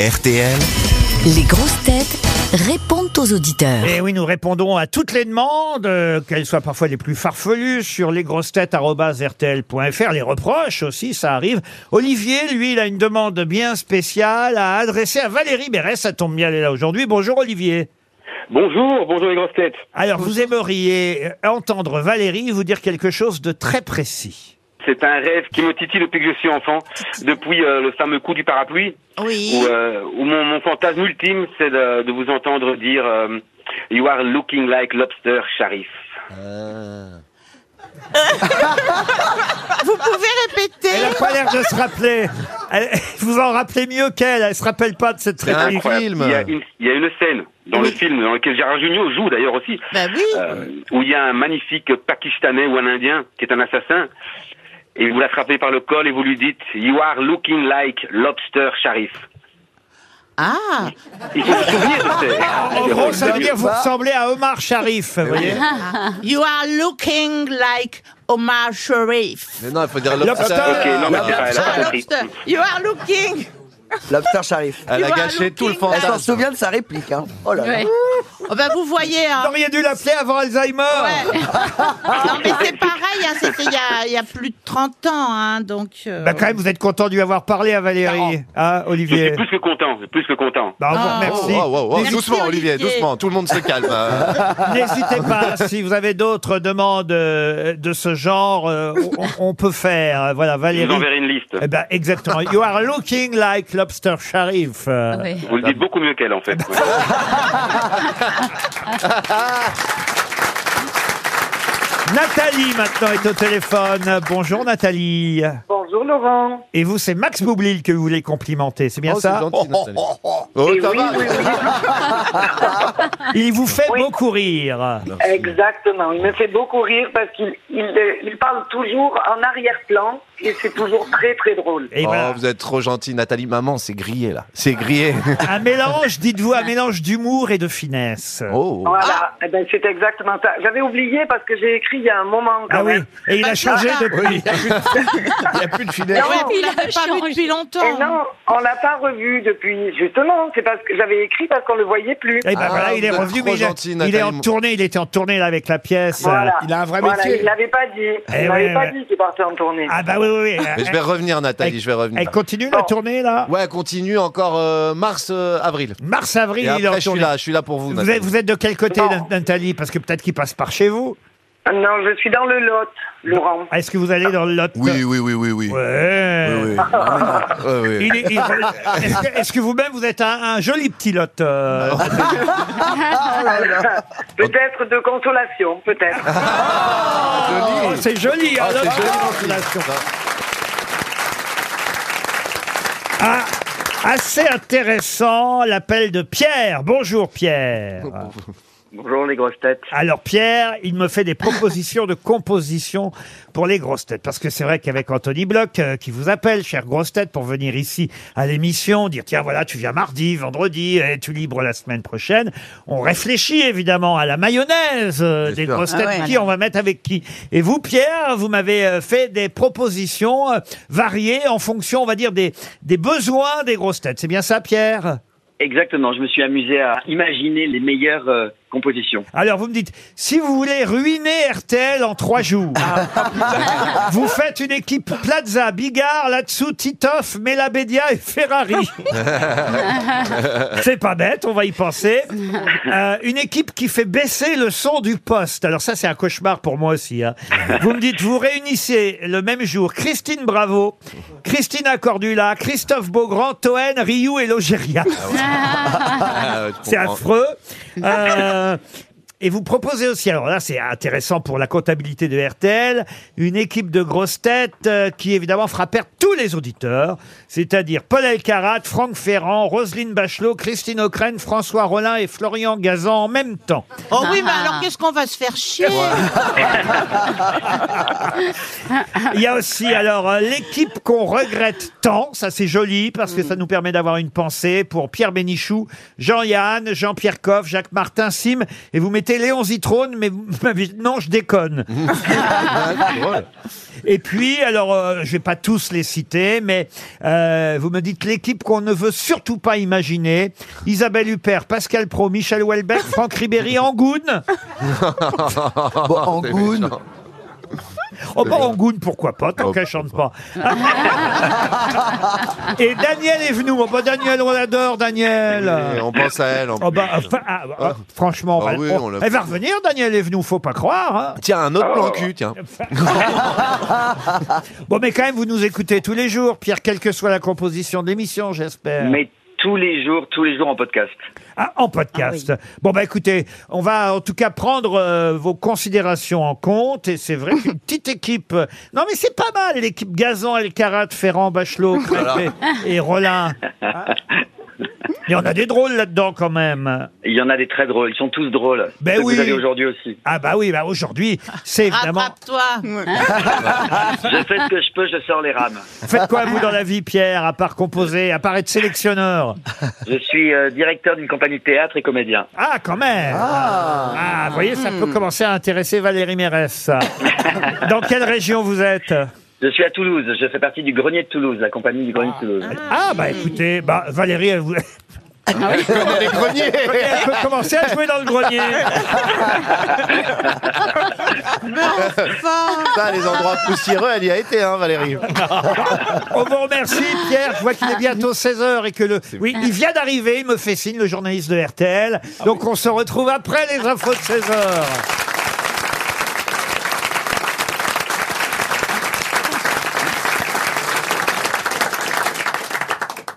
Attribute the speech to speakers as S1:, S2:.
S1: RTL.
S2: Les grosses têtes répondent aux auditeurs.
S3: Et Eh oui, nous répondons à toutes les demandes, euh, qu'elles soient parfois les plus farfelues, sur lesgrossetêtes.rtl.fr, les reproches aussi, ça arrive. Olivier, lui, il a une demande bien spéciale à adresser à Valérie Berès, ça tombe bien, elle est là aujourd'hui. Bonjour Olivier.
S4: Bonjour, bonjour les grosses têtes.
S3: Alors, vous aimeriez euh, entendre Valérie vous dire quelque chose de très précis.
S4: C'est un rêve qui me titille depuis que je suis enfant, depuis euh, le fameux coup du parapluie,
S5: Oui.
S4: où, euh, où mon, mon fantasme ultime, c'est de, de vous entendre dire euh, You are looking like lobster, Sharif.
S5: Vous
S4: euh,
S5: pouvez répéter
S3: Elle n'a pas l'air de se rappeler. Elle- vous en rappelez mieux qu'elle, elle se rappelle pas de cette
S4: C'est
S3: réplique.
S4: incroyable.
S1: film.
S4: Il y a une, il y a une scène dans le film dans lequel Gérard Jugnot joue d'ailleurs aussi,
S5: Bah oui.
S4: euh, où il y a un magnifique Pakistanais ou un Indien qui est un assassin, et vous l'attrapez par le col et vous lui dites You are looking like lobster, Sharif.
S5: Ah.
S4: Il faut se souvenir de ces-
S3: En
S4: ces
S3: gros,
S4: rôles
S3: ça veut
S4: de-
S3: dire vous ressemblez à Omar Sharif, vous voyez.
S5: You are looking like Omar Sharif.
S6: Mais non, il faut dire
S3: Lobster.
S6: lobster.
S4: Ok, non, mais c'est pas- elle a
S5: Ah,
S4: pas compris.
S5: lobster. You are looking.
S7: Lobster Sharif.
S6: Elle a
S5: You are
S6: gâché tout le
S5: looking
S7: Elle s'en
S6: fantasme.
S7: souvient de sa réplique, hein. Oh là là.
S5: Oh, bah vous voyez.
S3: Vous
S5: Hein.
S3: auriez dû l'appeler avant Alzheimer.
S5: Ouais. non mais c'est pareil. Hein. C'était il y a, il y a plus de 30 ans. Hein, donc. euh,
S3: Bah quand même, vous êtes content de lui avoir parlé à Valérie, hein,
S4: Je suis
S3: Olivier
S4: plus Ah, que content, plus que content.
S3: bah, on vous
S6: Oh,
S3: remercie.
S6: wow, wow, wow.
S5: Merci,
S6: Doucement,
S5: Olivier.
S6: Olivier, doucement. Tout le monde se calme. euh.
S3: N'hésitez pas, si vous avez d'autres demandes euh, de ce genre, euh, on, on peut faire. Voilà,
S4: Je vous
S3: Valérie.
S4: enverrai une liste.
S3: Eh ben, exactement. You are looking like Lobster Sharif. Euh,
S4: Vous le dites beaucoup mieux qu'elle, en fait.
S3: Nathalie, maintenant, est au téléphone. Bonjour, Nathalie.
S8: Bonjour Laurent.
S3: Et vous, c'est Max Boublil que vous voulez complimenter, c'est bien
S6: Oh, c'est
S3: ça
S6: gentil, Nathalie.
S4: Eh
S6: Oh,
S4: oui,
S6: ça va.
S4: oui, oui,
S3: Il vous fait
S8: Oui.
S3: beaucoup rire.
S8: Exactement. Il me fait beaucoup rire parce qu'il il, euh, il parle toujours en arrière-plan et c'est toujours très très drôle.
S3: Et
S6: Oh,
S3: voilà.
S6: vous êtes trop gentil, Nathalie. Maman, c'est grillé, là. C'est grillé.
S3: Un mélange, dites-vous, un mélange d'humour et de finesse.
S6: Oh.
S8: Voilà. Eh ben, c'est exactement ça. J'avais oublié parce que j'ai écrit il y a un moment quand
S3: Ah oui,
S8: même.
S3: et il a changé depuis. Eh
S6: Il n'y a plus de finesse.
S8: Non,
S5: Il l'avait pas vu depuis
S8: et
S5: longtemps.
S8: non, on l'a pas revu depuis. Justement, c'est parce que j'avais écrit parce qu'on le voyait plus.
S3: Eh ben
S6: Ah,
S3: voilà, il est
S6: vous êtes
S3: revenu,
S6: trop
S3: mais il, a-
S6: gentil,
S3: il est
S6: Nathalie.
S3: en tournée, il était en tournée là avec la pièce.
S8: Voilà.
S3: Euh,
S8: Il a un vrai métier. Il l'avait pas dit.
S3: Eh
S8: il
S3: ouais,
S8: n'avait pas
S3: ouais.
S8: dit qu'il partait en tournée.
S3: Ah bah oui, oui, oui.
S6: Mais je vais revenir, Nathalie, je vais
S3: Elle
S6: revenir.
S3: continue la
S8: Bon.
S3: tournée là
S6: Ouais, continue encore euh, mars, euh, avril.
S3: Mars-avril,
S6: Et
S3: il est en
S6: après, je suis
S3: tournée.
S6: là, je suis là pour vous,
S3: Vous êtes,
S6: Nathalie.
S3: vous êtes de quel côté,
S8: Non.
S3: Nathalie Parce que peut-être qu'il passe par chez vous.
S8: Non, je suis dans le Lot, Laurent.
S3: Est-ce que vous allez dans le Lot
S6: Oui, oui, oui, oui, oui.
S3: Ouais.
S6: Oui, oui. Ouais, oui.
S3: Il est- il- Est-ce que, est-ce que vous-même, vous êtes un, un joli petit Lot
S6: Bah
S3: euh,
S8: Peut-être de consolation, peut-être.
S3: Oh, C'est joli, hein,
S6: Ah, c'est
S3: Lot.
S6: joli, Nathalie.
S3: Ah, là, Ah, assez intéressant, l'appel de Pierre. Bonjour Pierre.
S4: Bonjour les grosses têtes.
S3: Alors Pierre, il me fait des propositions de composition pour les grosses têtes. Parce que c'est vrai qu'avec Anthony Bloch, euh, qui vous appelle, chère grosse tête, pour venir ici à l'émission, dire tiens voilà, tu viens mardi, vendredi, et tu libres la semaine prochaine, on réfléchit évidemment à la mayonnaise euh, des
S6: sûr.
S3: grosses têtes,
S5: Ah ouais.
S3: qui on va mettre avec qui. Et vous Pierre, vous m'avez euh, fait des propositions euh, variées en fonction, on va dire, des, des besoins des grosses têtes. C'est bien ça Pierre
S9: Exactement, je me suis amusé à imaginer les meilleures euh, compositions.
S3: Alors vous me dites, si vous voulez ruiner RTL en trois jours, vous faites une équipe Plaza, Bigard, là-dessous Titoff, Melabedia et Ferrari. C'est pas bête, on va y penser. Euh, une équipe qui fait baisser le son du poste. Alors ça c'est un cauchemar pour moi aussi. hein. Vous me dites, vous réunissez le même jour Christine Bravo, Christina Cordula, Christophe Beaugrand, Toen, Ryu et Logéria.
S6: Ah, ouais, je
S3: C'est
S6: comprends.
S3: affreux. Euh, et vous proposez aussi, alors là c'est intéressant pour la comptabilité de RTL, une équipe de grosses têtes euh, qui évidemment fera perdre tous les auditeurs, c'est-à-dire Paul Elkarat, Franck Ferrand, Roselyne Bachelot, Christine O'Crane, François Rollin et Florian Gazan en même temps.
S5: Oh oui, mais alors qu'est-ce qu'on va se faire chier
S3: Il y a aussi alors euh, l'équipe qu'on regrette tant, ça c'est joli parce que ça nous permet d'avoir une pensée pour Pierre Bénichou, Jean-Yann, Jean-Pierre Coff, Jacques Martin, Sim et vous mettez C'était Léon Zitrone, mais vous m'avez dit non, je déconne. Et puis, alors, euh, je vais pas tous les citer, mais euh, vous me dites l'équipe qu'on ne veut surtout pas imaginer. Isabelle Huppert, Pascal Pro, Michel Houellebecq, Franck Ribéry, Angoune.
S7: Bon, Angoune.
S3: Oh, bah, Angoune, pourquoi pas, tant
S6: Oh,
S3: qu'elle chante pas. Et Daniel est venu. Oh, bah, Daniel, on l'adore, Daniel.
S6: On pense à elle. En
S3: Ah. Oh, bah,
S6: plus.
S3: enfin, ah, ah, franchement, on va-
S6: Ah oui,
S3: on-
S6: on l'a-
S3: elle va revenir, Daniel est venu, faut pas croire. hein.
S6: Tiens, un autre plan cul, tiens.
S3: Bon, mais quand même, vous nous écoutez tous les jours, Pierre, quelle que soit la composition de l'émission, j'espère.
S9: Mais tous les jours, tous les jours en podcast.
S3: Ah, en podcast. Bon, bah écoutez, on va en tout cas prendre euh, vos considérations en compte. Et c'est vrai qu'une petite équipe. euh, Non, mais c'est pas mal, l'équipe Gazan, Elkarat, Ferrand, Bachelot, Crépé et Rollin. Hein Il y en a des drôles là-dedans quand même.
S9: Il y en a des très drôles. Ils sont tous drôles.
S3: Ben
S9: Ceux que
S3: oui.
S9: Vous avez aujourd'hui aussi.
S3: Ah, bah oui, bah aujourd'hui, c'est évidemment.
S5: Rattrape-toi.
S9: Je fais ce que je peux, je sors les rames.
S3: Faites quoi, vous, dans la vie, Pierre, à part composer, à part être sélectionneur
S9: Je suis euh, directeur d'une compagnie de théâtre et comédien.
S3: Ah, quand même Ah, vous voyez, ça peut commencer à intéresser Valérie Mérès. ça. Dans quelle région vous êtes
S9: Je suis à Toulouse. Je fais partie du Grenier de Toulouse, la compagnie du Grenier de Toulouse.
S3: Ah, bah écoutez, bah, Valérie, elle, vous-
S6: les greniers.
S3: elle peut commencer à jouer dans le grenier.
S6: Ça, les endroits poussiéreux, elle y a été, hein, Valérie.
S3: On vous remercie, Pierre. Je vois qu'il est bientôt 16h et que le. Oui, il vient d'arriver, il me fait signe, le journaliste de RTL. Donc on se retrouve après les infos de 16h.